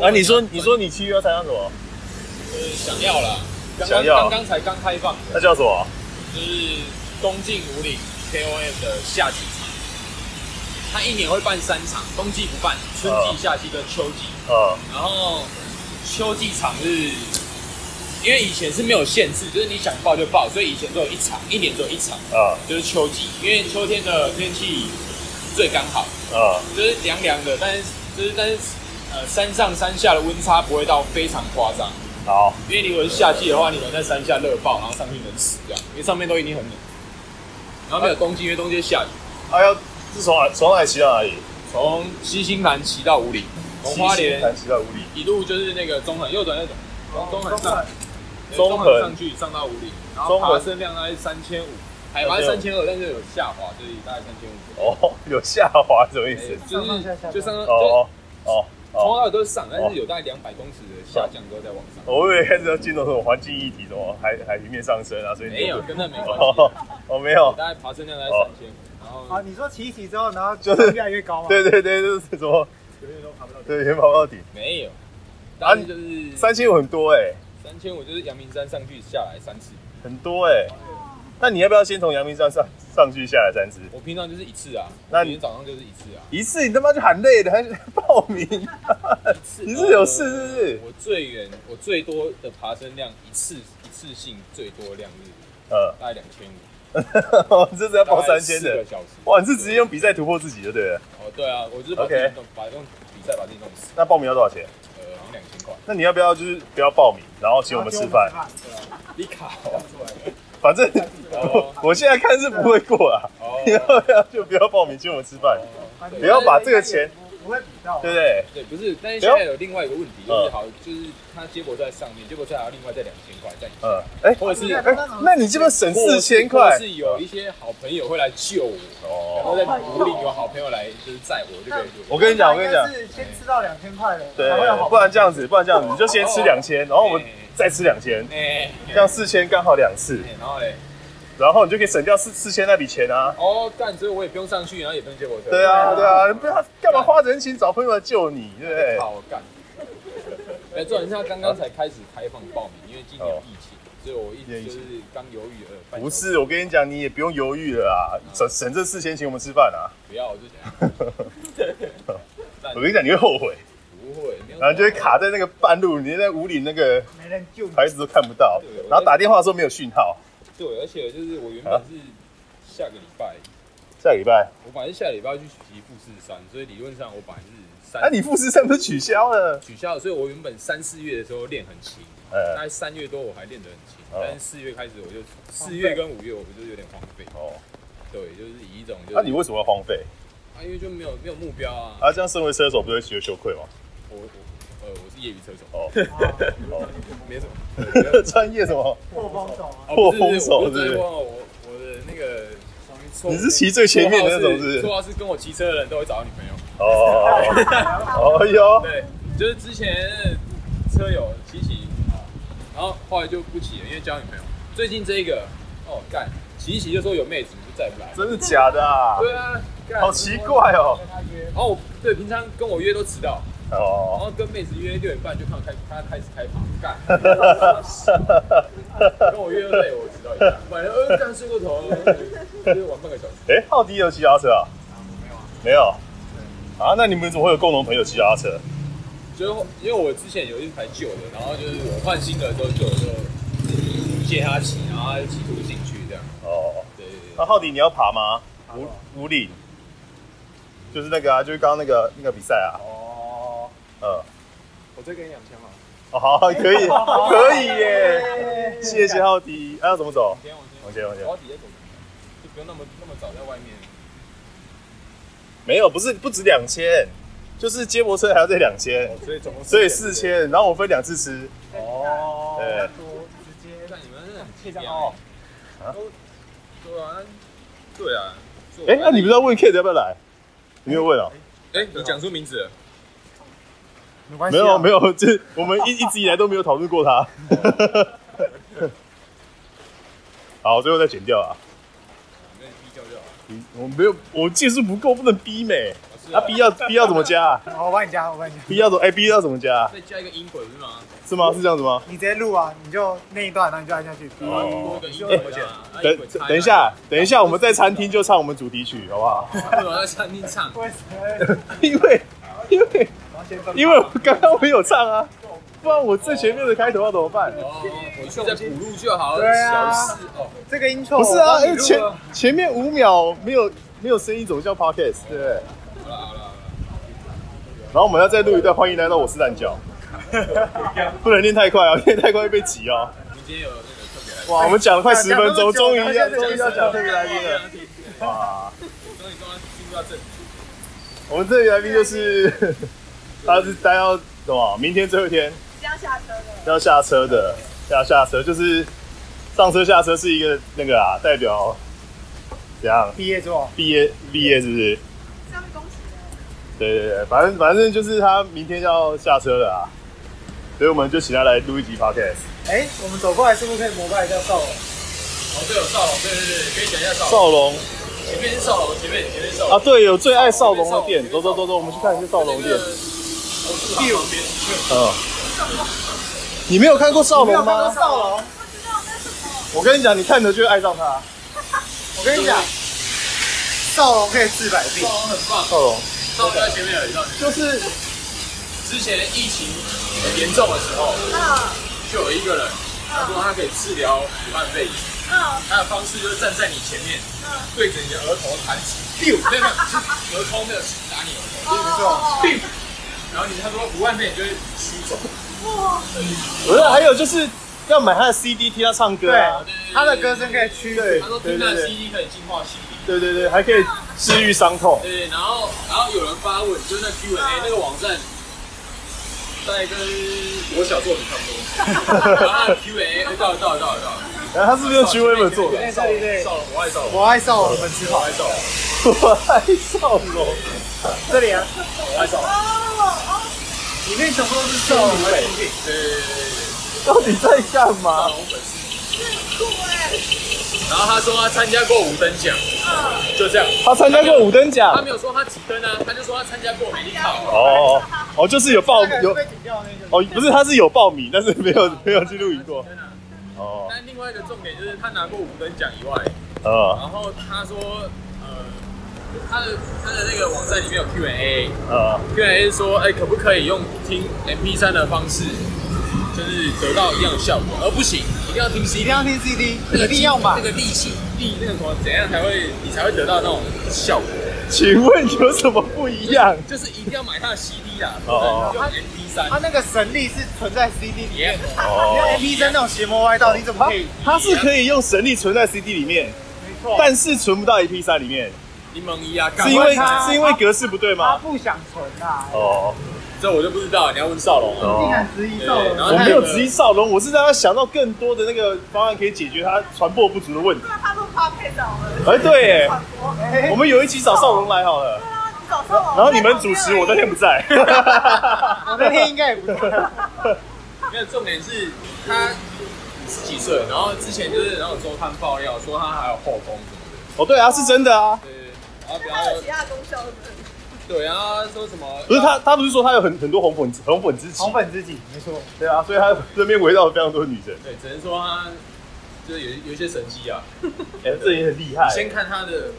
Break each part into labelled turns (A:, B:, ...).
A: 啊，你说你说你七月要参加什么？
B: 就是想要啦，刚
A: 想
B: 刚
A: 要
B: 刚刚才刚开放
A: 那
B: 的，
A: 叫什么？
B: 就是东进五岭 KOM 的夏季场，它一年会办三场，冬季不办，春
A: 哦
B: 季、夏季跟秋季。
A: 呃，
B: 然后秋季场是，因为以前是没有限制，就是你想报就报，所以以前只有一场，一年只有一场，
A: 啊
B: 就是秋季，因为秋天的天气最刚好，
A: 啊
B: 就是凉凉的，但是就是但是呃山上山下的温差不会到非常夸张，
A: 好，
B: 因为你如果是夏季的话，你可能在山下热爆，然后上去冷死这样，因为上面都已经很冷。然后没有冬季，因为冬季会下雨。
A: 啊要是从哪从哪里骑到哪里？
B: 从西兴南骑到五岭，从花莲
A: 南骑到五里，
B: 一路就是那个中横右转那种，从中横上，对中
A: 中横
B: 横上去上到五里，然后
A: 中横
B: 爬升量大概三千五，海拔三千二，但是有下滑，所以大概三千五。哎
A: 哦，有下滑什么意思？
B: 就是就上到就
A: 哦哦哦
B: 从头
A: 哦，
B: 到尾都是上，但是有大概两百公尺的下降之后再往上，
A: 我以为开始要进入什么环境议题，什么海海平面上升啊，所以你
B: 没有跟那没关系，啊
A: 哦，我没有，
B: 大概爬升量大概三千五，然后
C: 啊，你说骑一骑之后，然后
A: 就是
C: 越来越高嘛？
A: 对对对，就是什么
C: 永远都爬不到。
A: 对，先跑到底，
B: 没有，但是就是
A: 啊三千五很多哎、
B: 三千五就是阳明山上去下来三次，
A: 很多哎、那你要不要先从阳明山上上去下来三次？
B: 我平常就是一次啊，
A: 那
B: 我每天早上就是一次啊，
A: 一次你他妈就喊累了，还报名？
B: 一次
A: 你是有事是不是
B: 呃我最远我最多的爬升量一次一次性最多量是
A: 呃，
B: 大概两千五，
A: 哦你这是要报三千
B: 大概四
A: 的
B: 个，小时。
A: 哇，你是直接用比赛突破自己就对了。
B: 哦，对啊，我就是把
A: OK
B: 自己弄把用比赛把自己弄死，
A: 那报名要多少钱？
B: 呃，好像两千块。
A: 那你要不要就是不要报名，然后请我们吃
C: 啊
A: 饭？
B: 你卡哦，
A: 反正
B: 哦
A: 我现在看是不会过啦。
B: 哦
A: 你要不要就不要报名，请我们吃饭，
C: 反正
A: 不要把这个钱
C: 不会比到。
A: 对不对？
B: 对，不是，但是现在有另外一个问题，就是
A: 哎嗯
B: 好，就是他接驳在上面，接驳在还要另外再两千块，再
A: 嗯，哎、
B: 或者是
A: 哎、那你这边省四千
B: 或
A: 块
B: 者是有一些好朋友会来救我，然
A: 哦。
B: 后在鼓里有好朋友来就是载我，就可以
A: 我跟你讲，我跟你讲
C: 应，该是先吃到两千块的，
A: 对
C: 才会有，好
A: 不然这样子，不然这样子，你就先吃两千，然后我们再吃两千，
B: 哎，
A: 这样四千刚好两次，
B: 哎然后嘞，
A: 然后你就可以省掉四四千那笔钱啊。
B: 哦，干，所以我也不用上去，然后也不用接驳车，
A: 对啊，对啊，你不要干嘛花人情找朋友来救你，对不对？
B: 好干。哎，重点是他刚刚才开始开放报名，因为今年有疫情，所以我一直就是刚犹豫了半小时。
A: 不是，我跟你讲，你也不用犹豫了啊，省省这四千请我们吃饭啊。
B: 不要，我就想，
A: 我跟你讲，你会后悔，
B: 不会，没有
A: 然后你就会卡在那个半路，你在五里那个
C: 没人救你。啊
A: 牌子都看不到，然后打电话的时候没有讯号。
B: 对，而且就是我原本是下个礼拜，
A: 下个礼拜，
B: 我本来是下个礼拜要去骑富士山，所以理论上我本来是三，
A: 那、啊你富士山不是取消了？
B: 取消了，所以我原本三四月的时候练很勤，大
A: 呃，
B: 概三月多我还练得很勤，
A: 哦
B: 但是四月开始我就四月跟五月我就有点荒废，
A: 哦，
B: 对，就是以一种就是
A: 那、你为什么要荒废？
B: 啊，因为就没有没有目标啊，
A: 啊，这样身为车手不是会觉得羞愧吗？
B: 我我呃我是业余车手，
A: 哦，
B: 没什么。
A: 专业什么？
C: 破风手啊，
B: 哦
A: 破
B: 不是不是
A: 风手
B: 我不
A: 是不是
B: 是我我的那个绰
A: 你是骑最前面的那种，是不是
B: 绰？号是跟我骑车的人都会找到女朋友。
A: 哦，哦哟，
B: 对，就是之前车友骑骑，然后后来就不骑了，因为交女朋友。最近这个，哦干，骑一骑就说有妹子，就再也不来了。
A: 真的假的啊？
B: 对啊，干
A: 好奇。怪哦。
C: 跟他约
B: 然后我对平常跟我约都迟到，然
A: 哦，
B: 后跟妹子约六点半就看开他开始开房干，跟我约又累我迟到一下，晚上呃干睡过头，就是玩半个小时。
A: 哎，浩迪有骑脚踏车啊？没有啊，没有。啊，那你们怎么会有共同朋友骑脚踏车？
B: 最后，因为我之前有一台旧的，然后就是我换新的之后，旧的就借他骑，然后他就骑出进去这样。
A: 哦，
B: 对对
A: 那
B: 对，
A: 浩迪你要爬吗？
C: 爬
A: 五
C: 吗
A: 五岭，就是那个啊，就是刚刚那个那个比赛啊。
C: 哦，
A: 嗯，
C: 我再给你两千嘛。
A: 哦，好，可以，可以耶。谢谢浩迪。啊，要怎么走？
B: 今天我
A: 往
B: 今
A: 前，往前
B: 天。我底下走，就不用那么那么早在外面。
A: 没有，不是不止两千，就是接驳车还要再两千，
B: 所以总共
A: 哦所以四。千。然后我分两次吃。
C: 哦，
A: 对
C: 那多直接
B: 那你们真的很
C: 非
B: 欠
C: 常
B: 扁
C: 哦
B: 哦。。都对啊，对啊。
A: 哎、那你不是要问 Kate 要不要来？你没有问哦、
B: 哎，
C: 啊
B: 你讲出名字了，
C: 没关
A: 没
C: 系啊，
A: 有没有，这我们一一直以来都没有讨论过他。 好，最后再剪掉啊！
B: 那你低调就好了。
C: 啊
A: 嗯我没有，我技术不够，不能逼美。
B: 啊是
A: 那 B 要 B 要怎么加啊
C: 好，我帮你加，我帮你加，
A: ？B 要怎么？哎，B 要怎么加啊？
B: 再加一个音轨不是吗？
A: 是吗？是这样子吗？
C: 你直接录啊，你就那一段，然后你就按下去。
B: 然后
A: 哦
B: 多一个音轨啊，
C: 哎
B: 啊
A: 等
B: 音轨插
A: 等一下，等一下，我们在餐厅就唱我们主题曲，好不好？
B: 为什么要啊餐厅唱？
C: 为什么？
A: 因为因为
C: 然后先分
A: 因为我刚刚没有唱啊，不然我最前面的开头要怎么办？
B: 哦，回去再补录就好了。
C: 对啊
B: 小事哦，
C: 这个 intro
A: 不是啊，
C: 我帮
A: 哎
C: 你录
A: 前
C: 了
A: 前面五秒没有没有声音，怎么叫 podcast？对不对？
B: 好了好了好了。
A: 然后我们要再录一段，欢迎来到我是蛋饺。 不能练太快啊，练太快会被挤哦。
B: 我们今天有那个特别来宾，
A: 哇，我们讲了快十分钟，
C: 讲
A: 终于
C: 那么久
A: 要
C: 然后
A: 终
C: 现在
A: 于要讲特别来宾了。哇，
B: 终于终于进入到正题。
A: 我们特别来宾就是， 他是他要什么？啊明天最后一天
D: 这样下车的。
A: 要下车的，要下车就是上车下车是一个那个啊，代表怎样
C: 毕业作，
A: 毕业毕业是不是？
D: 上面恭喜的，
A: 对对对，反正反正就是他明天要下车了啊，所以我们就请他来录一集 podcast。
C: 哎，我们走过来是不是可以膜拜一下少龙？
B: 哦，对，有少龙，对对对，可以讲一下少龙。
A: 少龙
B: 前面是少龙，前面前面是少龙
A: 啊，。对，有最爱少龙的店，走走走走，我们去看一下少龙店。
B: 第五边，
A: 嗯，你没有看过少
C: 你没有
A: 龙
C: 看过
A: 吗？
C: 少龙？
D: 不知道那是什么。
A: 我跟你讲，你看着就会爱上他。
C: 我跟你讲，少龙可以治百病
B: 少。龙很棒，
A: 少龙
B: 少龙在前面而已。少龙
A: 就是
B: 之前疫情很严重的时候，
D: 嗯
B: 就有一个人，他说他可以治疗武汉肺炎，
D: 嗯
B: 他的方式就是站在你前面，
D: 嗯。
B: 对着你的额头弹起，biu，没有没有，是额头没有打你额头
D: 哦
B: ，biu，然后你他说武汉肺炎就会虚走，
D: 哇，
A: 不是，还有就是要买他的 CD 听他唱歌啊。
C: 他的歌声可以驱
A: 对
B: 他说听他的 CD 可以净化心灵。
A: 对对对，还可以治愈伤痛。
B: 对，然后然后有人发问，就是那 Q&A 那个网站，大概跟我小作品差不多。然后他的 Q&A 哎到了到了到了到了，
A: 然后他是不是用 G w a 做的？
C: 对对对，
B: 少了我爱少了，
C: 我爱少龙的粉丝
B: 我
C: 团
B: 爱，少了，
A: 我 爱少龙，
C: 这里啊，
B: 我爱少了。
D: 哦
C: 里面全部都是少龙的产品。
B: 对对对对，
A: 到底在干
B: 少？
A: 嘛
B: 龙粉丝。
D: 很酷哎，
B: 然后他说他参加过五等奖，
D: 嗯，
B: 就这样。
A: 他参加过五等奖
B: 他。没有说他几登啊，他就说他参加过每一考。
A: 哦哦哦，就是有报
C: 那个
A: 有
C: 被剪掉的那个。
A: 哦，不是，他是有报名，但是没有没有去露营过。哦，
B: 但另外一个重点就是他拿过五等奖以外，
A: 呃
B: 然后他说，呃，他的他的那个网站里面有 Q&A，
A: 呃，
B: Q&A 说，哎、可不可以用听 MP 3的方式，就是得到一样的效果？而不行，一定要听 CD，
C: 一定要听 CD，
B: 那个
C: 一定要买
B: 那。个力气力那个什么，怎样才会你才会得到那种效 果？
A: 请问有什么不一样？
B: 就是一定要买他的 CD 啊，
A: 哦
B: 不能用 MP
C: 他
B: 3
C: 那个神力是存在 CD 里面的。你看
A: 哦
C: MP 3那种邪魔歪道，你怎么
A: 他
C: 可以？
A: 他是可以用神力存在 CD 里面，
C: 没错
A: 但是存不到 EP 3里面，
B: 柠檬一啊，干
A: 是因为
C: 赶快他
A: 是因为格式不对
C: 他
A: 吗？
C: 不想存啊。
A: 哦，
B: 这我就不知道，你要问少龙啊了。
C: 竟然质疑少
B: 对然后
A: 我
C: 龙，
A: 没有质疑少龙，我是让他想到更多的那个方案可以解决他传播不足的问题
D: 不。然他都怕配到了。
A: 哎，对耶，
D: 传播。
C: 哎
A: 我们有一期找少龙来好了，
D: 对啊，你早上
A: 然后你们主持，我那天不在。
C: 我那天应该也不是。
B: 没有，重点是他十几岁，然后之前就是然后周刊爆料说他还有后宫什么的，
A: 哦，对啊，是真的啊。
B: 对，然后不
D: 他有
B: 要
D: 其他功效是不是？
B: 对，然后他说什么？
A: 不是他，他不是说他有很很多红粉红粉知己
C: 红，粉知己，没错。
A: 对啊，所以他身边围绕了非常多女生，
B: 对，只能说他就是有有一些神机啊。
A: 哎、这也很厉害。
B: 先看他的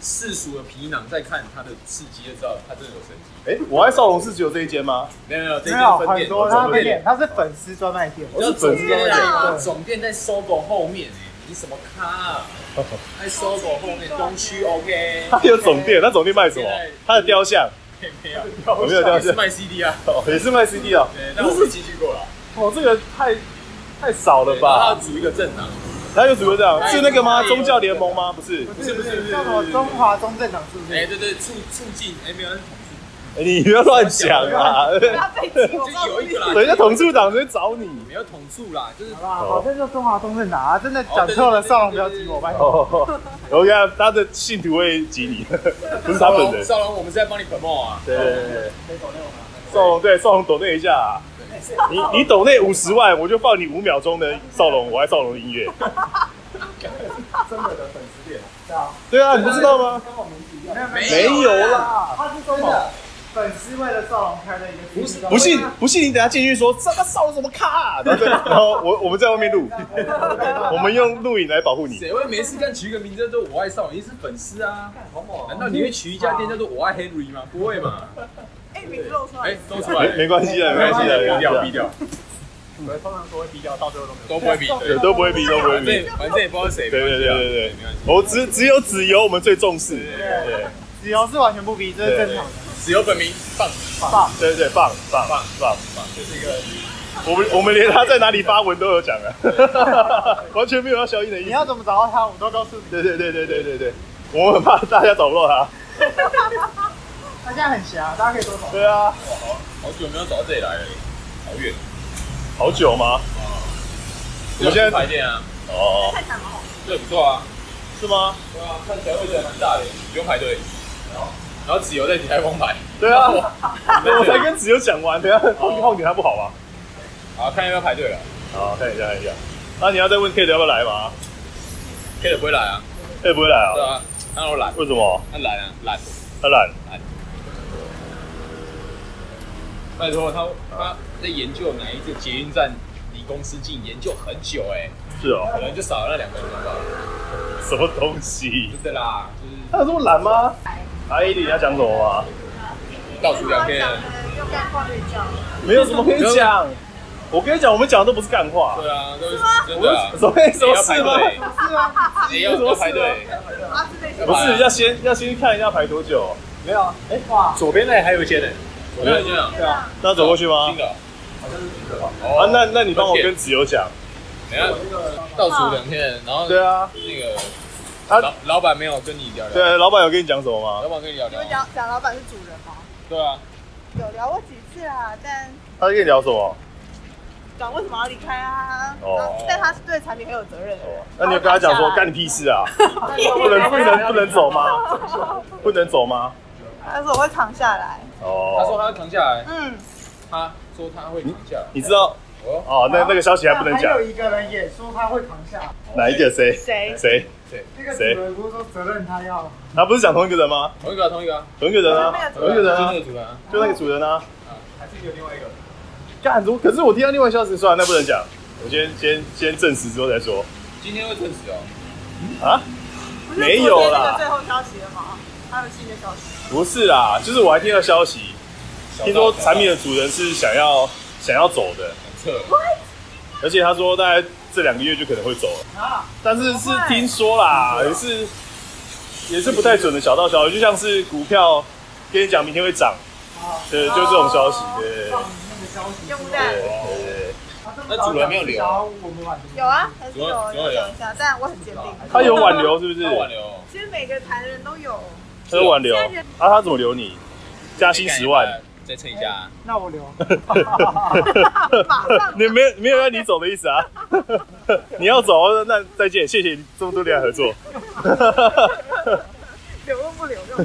B: 世俗的皮囊，再看他的刺激，就知道他真的有神机。
A: 哎、我爱少龙是只有这一间吗？
B: 没有没有，这
C: 没
B: 间
C: 有
B: 分
C: 很
B: 店，
C: 多，
A: 他
C: 他
A: 分
C: 分店，他是粉丝专卖店。
A: 我是粉丝专卖店
B: 啊，
C: 对
B: 总店在搜狗后面、哎，你什么咖啊？ 在搜狗后面，东区 OK，
A: 他有总店，那总店卖什么
B: 现在？
A: 他的雕像，
B: 没有，
A: 我没有雕
B: 也是
A: 像，
B: 卖 CD 啊。
A: 哦也是卖 CD 啊、
B: 对，但
A: 不
B: 我
A: 是
B: 没进去过了。
A: 哦，这个太太少了
B: 对然后他？
A: 吧
B: 组一个政党，
A: 他有主播这样，是那个吗？
B: 哎
A: 宗教联盟吗？不是，
C: 不
B: 是不是不是
C: 叫什么中华中正党是不
B: 哎，对
C: 是？
B: 对，促促进，哎，没有，
A: 哎你不要乱讲啊！
D: 不要被挤，我
B: 就有一个啦，
A: 等一下统促党直接找你。
B: 没有统促啦，就是
C: 好啦，好像叫中华中正党啊，真的讲错了，少龙不要挤我，拜托。
A: 哦，我跟他的信徒会挤你， 不是他本人。
B: 少龙，我们是在帮你 promo 啊。
A: 对对对对，少龙对少龙抖内一下啊、你你抖内五十万，我就放你五秒钟的少龙，我爱少龙的音乐。
C: 真的的粉丝店，对啊，
A: 对啊，你不知道吗？
C: 跟我名字一样。
B: 没有
A: 啦，
C: 他是真的粉丝为了少龙开了一个不是
A: 不信不信你等下进去说这个扫什么
B: 啊
A: 卡，然后再然后我我们在外面录，我们用录影来保护你。
B: 谁会没事干取一个名字叫做“我爱少女”？你是粉丝啊？
C: 好猛
B: 难道你会取一家店叫做“我爱 Henry” 吗？不会嘛？
D: 哎，名字露出
B: 哎
D: 来，，
B: 都出来
A: 没
B: 了，
A: 没关系啊的，没
B: 没
A: 关系的，没
B: 逼
A: 关系
B: 掉，
A: 的
B: 逼掉，
E: 我们通常都会低调，到最后都没有。
B: 都不会逼。
A: 对，都不会比，都不会
B: 反
A: 比。
B: 正反正也不知道是谁。
A: 对对对对对
B: 没关系，啊
A: 我只只有子由我们最重视。对
C: 子由是完全不比，这是正常的。
B: 只有本名放，
C: 棒，
A: 对对，棒棒棒棒！
B: 就是一个
A: 我们我们连他在哪里发文都有讲了， 完全没有要消音的意
C: 你
A: 思。
C: 要怎么找到他，我都告诉你。
A: 对对对对对对对，我们很怕大家找不到他。
C: 他现在很闲啊，大家可以多找。
A: 对啊，
B: 哇，好好久没有走到这里来了，好远。
A: 好久吗？我们现在
B: 排练啊，
A: 哦，
D: 看起来蛮好。
B: 这不错啊。
A: 是吗？
B: 对啊，看起来位置还蛮大的，不用排队。然后只有在底下帮排。
A: 哦对 啊，
B: 对
A: 我才跟子由讲完，等一下放放给他不好吗？
B: 好，看要不要排队了。
A: 好，看一下看一下。啊那你要再问 K 的要不要来吗
B: K 的不会来啊，
A: ？K 不会来
B: 对
A: 啊？
B: 啊，他让我懒，
A: 为什么？
B: 他懒啊，懒。
A: 他懒。
B: 拜托，他他在研究哪一个捷运站离公司近，研究很久哎、
A: 是哦，
B: 可能就少了那两分钟吧。
A: 什么东西？
B: 真的啦，就是
A: 他有这么懒吗？阿姨，你要讲什么吗？
B: 到处聊 天。
D: 又干话又讲，
A: 没有什么可以讲。我跟你讲，我们讲的都不是干话。
B: 对啊，都是真
A: 我
B: 的啊
A: 们。什么什么
B: 要
A: 事
B: 排
A: 吗？
B: 队，
C: 是吗？
A: 啊
B: 也要要排队。
D: 他是那
A: 不
D: 种
A: 是，要先要先看一下排多久。
C: 没有。哎，哇，
E: 左边那还有一些呢，
B: 我跟你讲，
C: 对啊，
A: 那走过去吗
B: 新？的
A: 啊
B: 哦，
A: 那那你帮我跟子由讲。
B: 等一下倒数两天，然后
A: 对啊，
B: 那个
A: 啊
B: 老，老板没有跟你聊聊，
A: 对，啊老板有跟你讲什么吗
B: 老？板跟你聊
D: 你
B: 聊
D: 们，讲讲老板是主人吗？
B: 对啊，
D: 有聊过几次啊，但
A: 他跟你聊什么？
D: 讲为什么要离开啊？
A: 哦
D: 但他是对产品很有责任的人。
A: 那你有跟他讲说干你屁事 啊？不能不能不能走吗？不能走吗？
D: 他说我会扛下来。
B: 他说
A: 哦，
B: 他要扛下来，
D: 嗯，
B: 他说他会扛下来，
A: 你知道
B: 哦，
A: 哦？那那个消息还不能讲
C: 还有。一个人也说他会扛下，
A: 哪一个谁？
D: 谁？
A: 谁？
C: 那个主人不是说责任他要，
A: 他不是讲同一个人吗？
B: 同一个啊同一个啊，
A: 同一个人啊，同一个人
B: 就
A: 啊
B: 那，个主人啊，
A: 就那个主人啊。
E: 还是有另外一个。
A: 干，如可是我听到另外一个消息，算了，那不能讲。我先先先证实之后再说
B: 今天会证实哦，
A: 啊。
D: 不是
A: 没有
D: 昨天
A: 啦
D: 那个最后消息了吗？还有新的消息？
A: 不是啦，就是我还听到消息，
B: 小
A: 听说
B: 道
A: 产品的主人是想要想要走的，
B: 小道测
A: 而且他说大概这两个月就可能会走了。
C: 啊
A: 但是是听说啦，
B: 啊
A: 也是也是不太准的小道消息，就像是股票跟你讲明天会涨，
D: 哦
C: 啊，
A: 对，就这种消息，对对
C: 放那个消息。
D: 用不
A: 对
D: 在。
A: 对对对。
B: 那主人没有留
C: 想要我们挽留
D: 有啊，还是有
B: 昨天
D: 有讲一下，但我很坚定。
A: 他有挽留是不是？
B: 他挽留，
D: 其实每个谈的人都有，
A: 他有挽留，
D: 现在人
A: 啊，他怎么留你？加薪十万，，
B: 再蹭一下啊，
C: 那我留。
D: 马上
A: 你没有没有要你走的意思啊？ 你要走，那再见，谢谢你这么多年来合作。
D: 留又不留，又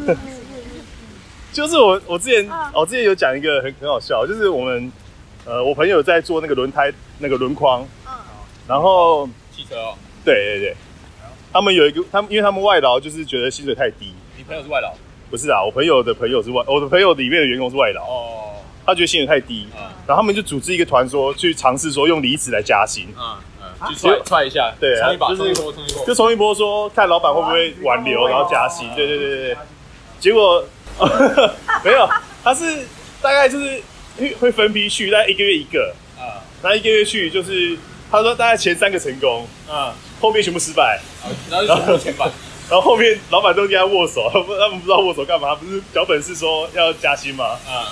A: 就是我我之前、哦
D: 嗯
A: 我之前有讲一个很很好笑，就是我们呃我朋友在做那个轮胎那个轮框，
D: 嗯，
A: 然后
B: 汽车哦，
A: 对对对，他们有一个他们因为他们外劳就是觉得薪水太低，
B: 你朋友是外劳
A: 不是啊，我朋友的朋友是外我的朋友里面的员工是外劳，
B: 哦，
A: 他觉得薪水太低，
B: 嗯
A: 然后他们就组织一个团说去尝试说用离职来加薪，
B: 嗯嗯，就踹踹一下，
A: 啊对啊
B: 冲一把，嗯
A: 就是
B: 冲一波，冲一波
A: 就，冲一波说看老板会不会挽留，然后加薪，对对对对对，结果没有，他是大概就是会会分批去，大概一个月一个。
B: 啊
A: 那一个月去就是，他说大概前三个成功，
B: 嗯，
A: 后面全部失败，
B: 好然后就冲过前板，
A: 然后后面老板都跟他握手，他们他们不知道握手干嘛，不是脚本是说要加薪吗？
B: 啊，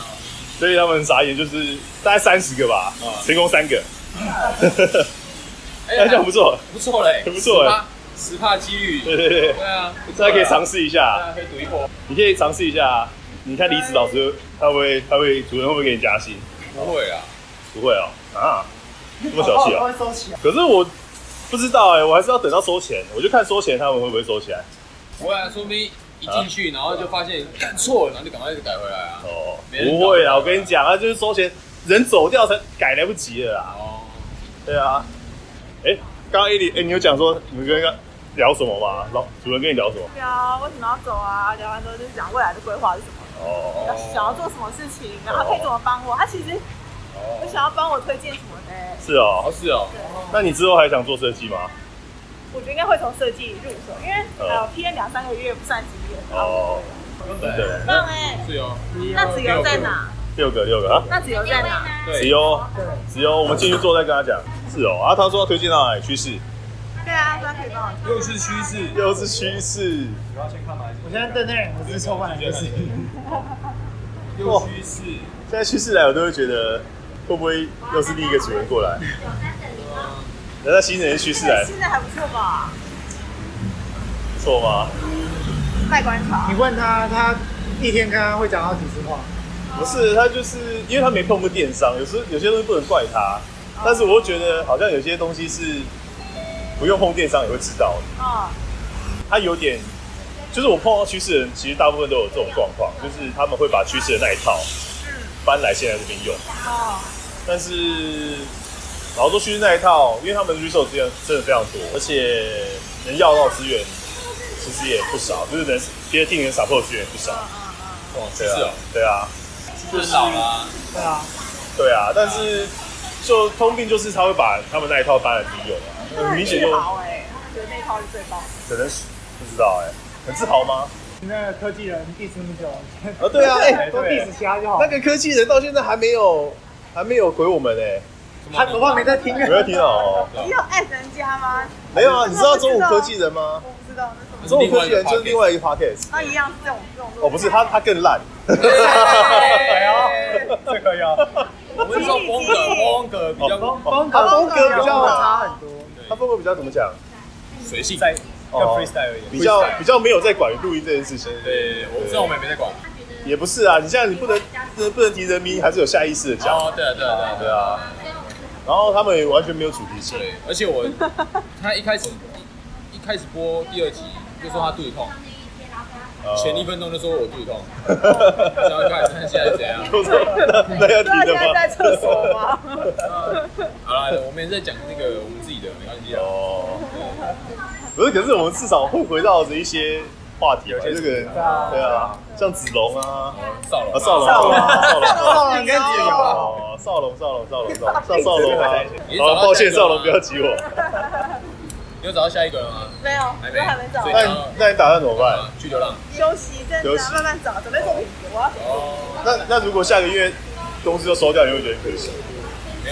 A: 所以他们很傻眼，就是大概三十个吧，
B: 嗯
A: 成功三个，
B: 哎
A: 那这样不错，
B: 不错嘞，
A: 很不错哎
B: 十趴十趴几率，
A: 对对对，
B: 对啊，不错
A: 大
B: 啊
A: 家可以尝，试一下，
B: 啊可以赌一波，
A: 你可以尝试一下，你看离职老师他会不会他会主任会不会给你加薪？
B: 不会啊，
A: 不会哦，啊，这么 小气
C: 我
A: 哦，
C: 会收起来。
A: 可是我不知道哎、我还是要等到收钱，我就看收钱他们会不会收起来
B: 不会啊，说明一进去然后就发现干错了，然后就赶快就改回来啊，
A: 哦，
B: 没人
A: 不会
B: 懂
A: 啊，我跟你讲啊，就是收钱，人走掉才改来不及了啦。
B: 哦，
A: 对啊，哎、刚刚 A 里，哎、你有讲说你们跟聊什么吗？老主任跟你聊什么？
D: 聊为什么要走啊？聊完之后就是讲未来的规划是什么，
A: 哦，
D: 想要做什么事情，然后他可以怎么帮我。他其实
B: 哦，
D: 我想要帮我推荐什么呢？
A: 是哦
B: 哦，是哦，
D: 对，
A: 那你之后还想做设计吗？
D: 我觉得应该会从设计入手，因为
A: 哦
D: 呃 P N 两三个月不算几年。
A: 哦，对，
D: 棒哎！
B: 是哦，
D: 那子由在？哪？
A: 六个六个啊，
D: 那子由在哪？
A: 只
B: 对，
A: 有只有我们进去做再跟他讲。是哦，啊，他说要推荐到哪里趋势？
D: 对啊，他可以帮我推
B: 又是趋势，
A: 又是趋势，
E: 你要先看吗？
C: 我现在对那两个字充满了就是，
B: 又趋势，
A: 现在趋势来，我都会觉得会不会又是另一个主人过来？难道新人的趋势来
D: 现在还不错吧？
A: 不错吗？
D: 卖观察
C: 你，问他，他一天刚刚会讲到几次话？
A: 不是，他就是因为他没碰过电商，有时候有些东西不能怪他，但是我又觉得好像有些东西是不用碰电商也会知道的。
D: 哦，
A: 他有点，就是我碰到趋势的人，其实大部分都有这种状况，就是他们会把趋势的那一套搬来现在这边用，
D: 哦，
A: 但是老实说趋势那一套，因为他们的 resource 真的真的非常多，而且能要到资源其实也不少，就是能别的地人 support 的资源也不少。哦，对
B: 是哦，
A: 啊对啊，
B: 就是老啦，
C: 对啊，
A: 对啊，但是就通病就是他会把他们那一套搬来自己用啊，很明显就
D: 自豪哎，他觉得那一套是最棒的。
A: 可能是不知道哎、很自豪吗？
C: 你那个科技人 diss 那么久，
A: 啊，对啊，哎、
C: 都 diss 其他就好
A: 那。个科技人到现在还没有还没有回我们呢、
C: 他恐怕没在听啊。
A: 没有听到哦？
D: 你有爱人家吗？
A: 没有啊，你知道中午科技人吗
D: 我？不知道那什么。
A: 中午科技人就是另外一个 podcast，
D: 他一样是这种这种路线。
A: 哦，不是他他更 烂，
E: 哎呦，这个要
B: 我们说风格风格比较
C: 风
A: 他
C: 格
A: 风格比较
C: 差
B: 啊
C: 很多。
A: 他风格比较怎么讲？
B: 随性，
E: 在要
A: 哦
E: freestyle 一点，
A: 比较比较没有在管录音这件事情，
B: 对，我知道我们也没在管，
A: 也不是啊，你现在你不能不能不能提人名，还是有下意识的讲，
B: 哦，对啊对啊对啊
A: 对啊，然后他们也完全没有主题性，
B: 对，而且我他一开始一一开始播第二集就说他肚子痛，
A: 呃
B: 前一分钟就说我肚子痛，
A: 哦
B: 想要看看现在是怎样。
A: 都是那要提的
D: 对啊，现在
A: 吗？
D: 在厕 所吗？
B: 好了，我们也在讲那个我们自己的，没关系啊。
A: 哦，不是，可是我们至少会回到着一些话题啊，这个人对啊，像子龙啊，
B: 少
A: 啊
B: 龙，
A: 少龙，
C: 少龙
A: 少龙，
C: 少龙跟几个？
A: 哦，少龙，少龙，少龙，少龙，少龙啊
B: 你！找
A: 好，
B: 到
A: 抱歉，
B: 下一个
A: 少
B: 吗
A: 龙，不要挤我。
B: 你有找到下一个人吗？
D: 没有，
B: 还没
D: 我还没找
B: 所。以
A: 那你那你打算怎么办？
B: 啊，去流浪。
D: 休息一阵
A: 休
D: 子啊，
A: 息
D: 慢慢找，准备做品我要
B: 哦，
A: 那那如果下个月公司都收掉，你会觉得很可惜？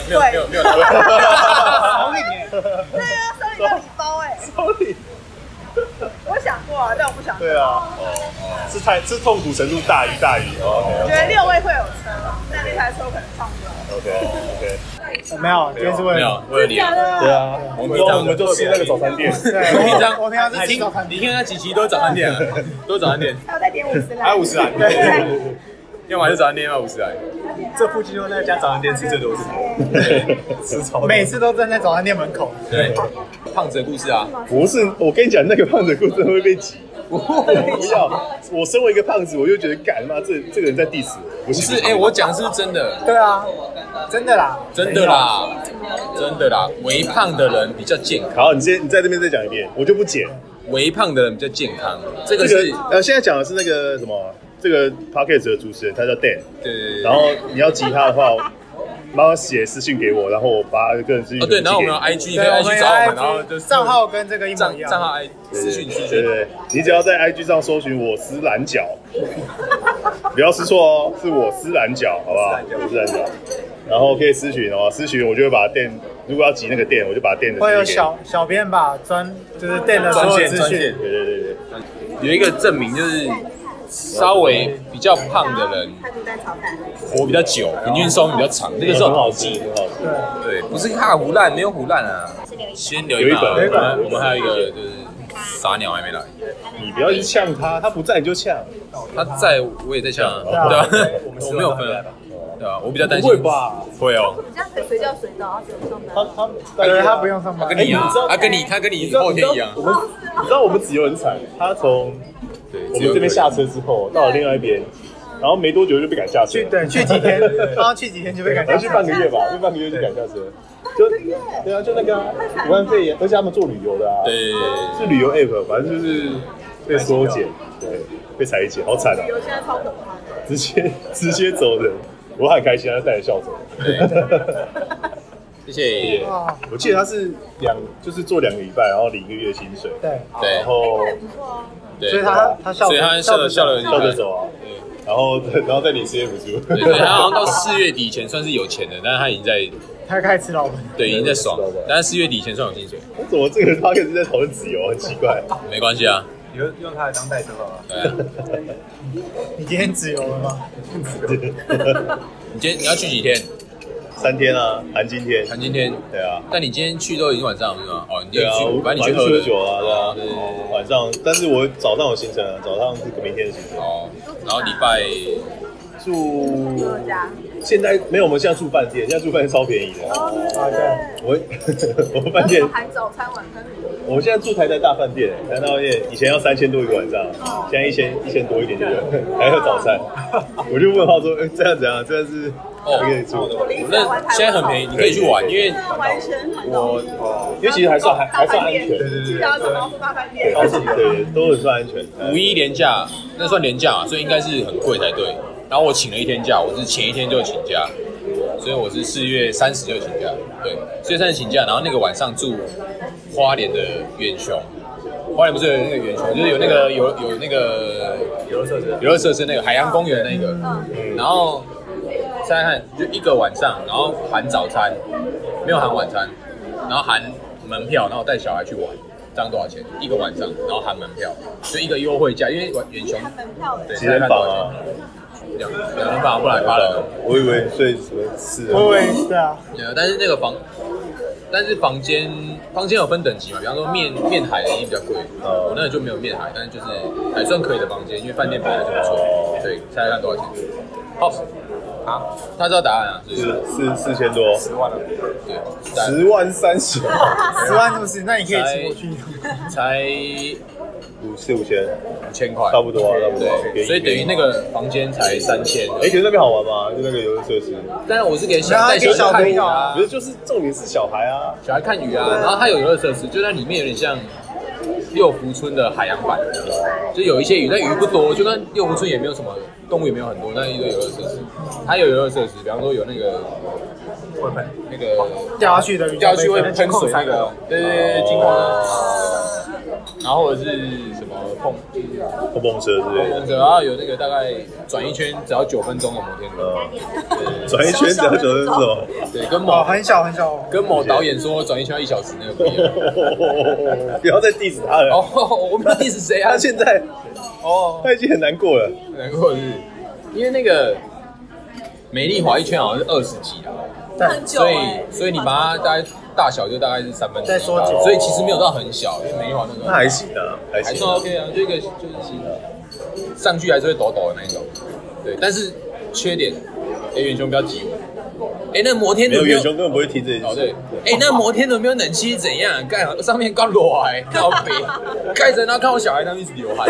B: 没有没有没有没 有没 有，
C: 好一点，
D: 对啊，收你到礼包哎，我想过啊，但我不想。
A: 对啊，哦，是太是痛苦程度大于大于。哦
D: 我觉
A: OK
D: 得六位会有车，但那台车我可能上不了。
A: OK OK，
C: 没有，今天是为
B: 没
C: 了
B: 有，为了你啊。
D: 的
A: 对啊，
B: 我
A: 我
B: 们
A: 们
B: 一张
A: 我们就是那个早餐店。
C: 对
B: 我平常
C: 我平常是吃
B: 听
C: 早餐，
B: 哎你看他几集都早餐店啊，都早餐店，
D: 还有再点五十来，
B: 还有五十啊来，
D: 对，
B: 要么就早餐店，要么五十来。
E: 这附近就那家早餐店吃最多是，吃超多
C: 每次都站在早餐店门口。
B: 对，胖子的故事啊，
A: 不是，我跟你讲，那个胖子故事会 被挤。我不要，我身为一个胖子，我就觉得干妈这这个人在 diss 我。不
B: 不是，哎，我讲是真的，
C: 对啊，真的啦，
B: 真的啦，真的啦，微胖的人比较健康，
A: 好，你先你在这边再讲一遍，我就不剪。
B: 微胖的人比较健康，这个
A: 这
B: 是
A: 个呃，现在讲的是那个什么，这个 p o c k e t 的主持人，他叫 Dan。
B: 对对对
A: 然。后你要集他的话，麻烦写私信给我，然后我把个人资讯
B: 哦，对，
A: 全部寄给你。
B: 然后我们有 IG，你可以
C: 对，我们
B: IG
C: 有
B: 找我们，然后就
C: IG 账号跟这个一模
B: 账
C: 一样。
B: 账号 I 私讯私
A: 对对
B: 讯，
A: 对，你只要在 IG 上搜寻“我撕蓝角”，不要吃错哦，是我撕蓝角，好不好？我撕蓝角，然后可以私询哦，私询我就会把店，如果要集那个店，我就把店的
C: 会有
A: 资讯给
C: 小小编把专就是店的所有资讯，
A: 你。对对对对，
B: 有一个证明就是稍微比较胖的人
D: 排骨蛋炒饭，
B: 活比较久，平均寿命比较长，这个是
A: 很好
B: 好
A: 吃，
B: 记。
A: 很好吃。
B: 对，不是看胡烂，没有胡烂啊，先留一把。
A: 留一把
B: 我们我们还有一个就是傻鸟还没来，
A: 你不要去呛他，他不在你就呛。
B: 他在我也在想啊，对啊， 我没有分啊，对啊，我比较担心。
A: 会吧？
B: 会哦，
D: 这样可以随叫随到，然后只有上
A: 他
D: 班。
A: 他
C: 对，他不用上班。
B: 跟你
A: 哎
B: 啊
A: 你知道，
B: 他跟你他跟
A: 你
B: 你
A: 知道
B: 后
A: 你知道
B: 天一样
A: 我，们你知道我们子由很惨，他从
B: 对，
A: 我们这边下车之后，到了另外一边，然后没多久就被赶下车
C: 哎
E: 去，对去几 天，然
C: 哦
E: 后去几天就被赶
A: 还
E: 下
A: 是
E: 去。
A: 半个月吧，就半个月就赶下车，就对啊，就那个啊武汉肺炎，而且他们做旅游的啊，
B: 对，
A: 是旅游 app，反正就是被缩减，对，被裁减，好惨啊，
D: 有现在超可怕的，
A: 直接直接走人，我很开心，他带着笑走。
B: 谢谢，
C: 哦
E: 哇，
A: 我记得他是两，就是做两个礼拜，然后领一个月薪水，
E: 对，
B: 对
A: 然后
D: 那也不错啊。
B: 对，
E: 所以他他笑
B: 所以
E: 着，
B: 他笑了笑了，
A: 笑着走啊，然后 然后再领失业补助，
B: 对，啊对， 他好像到四月底前算是有钱的，但是他已经在
E: 他开始吃老本。
B: 对已经在爽了，但是四月底前算有薪水，
A: 怎么这个他开始在讨论自由，很奇怪。
B: 没关系啊，
E: 你就用他来当代车好了。
B: 对啊，
E: 你今天自由了吗？
B: 你今天你要去几天？
A: 三天啊，含今天，
B: 谈今天，
A: 对啊，
B: 但你今天去都已经晚上了是吗？哦，你今
A: 对
B: 天
A: 啊，
B: 去，
A: 我
B: 反
A: 晚
B: 正你
A: 上
B: 去喝
A: 喝
B: 了
A: 酒啊，对啊，
B: 对对对
A: 晚上，但是我早上有行程啊，早上是明天的行程，
B: 哦，然后礼拜
A: 住
D: 朋友家，
A: 现在没有，我们现在住饭店，现在住饭店超便宜的，
D: 哦，对
E: 啊
D: 对
E: 对
D: 对。
A: 我 我们饭店
D: 然后含早餐、晚餐什么的。
A: 我现在住台南大饭店，台南大饭店以前要三千多一个晚上，现在一千一千多一点就有，还有早餐。我就问他说：“哎、这样怎样？这样是
B: 哦
A: 可以住的？”
D: 理解
B: 那现在很便宜，你可以去玩，因为
D: 真的完全很
A: 我
D: 懂。
A: 因为其实还算还还算安全，
E: 对对对
D: 记得要
E: 对
D: 走。到富大饭哦店。
A: 超市对都很算安全。
B: 五一连假，那算连假嘛，所以应该是很贵才对。然后我请了一天假，我是前一天就请假，所以我是四月三十就请假，对，四月三十请假，然后那个晚上住花莲的远雄，花莲不是有那个远雄，就是有那个有有那个
E: 游乐设施
B: 游乐设施那个海洋公园那个，
A: 嗯
B: 然后现在看就一个晚上，然后含早餐，没有含晚餐，然后含门票，然后带小孩去玩，这样多少钱？一个晚上，然后含门票，就一个优惠价，因为远雄
D: 看门票的
B: 对，
A: 几人房啊？
B: 两两人房，不然八人哦。
A: 我以为睡什么四人
E: 我
A: 房
E: 以为对啊，
B: 对啊，但是那个房，但是房间房间有分等级嘛，比方说面面海的一定比较贵，
A: 哦
B: 我那个就没有面海，但是就是还算可以的房间，因为饭店本来就不错。对，猜猜看多少钱？哦，啊，他知道答案啊，就是
A: 是四四千多，
E: 十万了，
B: 对，
A: 十万三十，
E: 十万是不是？那你可以请我去。
B: 才才
A: 五四五千，
B: 五千块，
A: 差不多啊，差不多。便
B: 对，
A: 宜
B: 所以等于那。个房间才三千。
A: 哎、可是那边好玩吗？就那个游乐设施，
B: 但是我是给小
E: 那他
B: 带
E: 给
B: 小
E: 小
B: 孩看
E: 朋
B: 鱼
E: 友
B: 啊
A: 不，是，就是重点是小孩啊，
B: 小孩看鱼啊，然后它有游乐设施，就在里面有点像六福村的海洋版，就有一些鱼，但鱼不多，就跟六福村也没有什么动物也没有很多，但一堆游乐设施，它有游乐设施，比方说有那个
E: 我本
B: 那个
E: 掉下去的鱼
B: 掉下去会喷水那
E: 三
B: 个
E: 个，，
B: 对对对，金矿的，然后或者是什么碰啊
A: 碰碰车之类的。
B: 碰者，然后有那个大概转一圈只要九分钟的摩天轮，
A: 呃，转一圈只要九分钟，
B: 对，跟
E: 哦，
B: 某
E: 很小很小哦。
B: 跟某导演说转一圈要一小时那个不一样。
A: 不要再 diss 他了。
B: 哦，我们 diss 谁啊
A: 他？现在
B: 哦，
A: 他已经很难过了，
B: 难过是，因为那个美丽华一圈好像是二十几啊，
D: 很久
B: 所以
D: 哎。
B: 所以你把它大概大小就大概是三分之一
E: 再缩减
B: 所以其实没有到很小，因为美丽华那
A: 那
B: 个
A: 还行啊，还
B: 还
A: 行
B: 算
A: 啊。
B: OK 啊，就一个就是行上去还是会抖抖的那一种，对，但是缺点，哎、远雄不要挤我，哎、那摩天
A: 没有
B: 轮没
A: 远
B: 有。
A: 雄根本不会听这件
B: 哦
A: 事
B: 对，， 哎、那摩天轮没有冷气是怎样？ 干上面刚裸癌，靠北，盖着然后看我小孩那边一直流汗。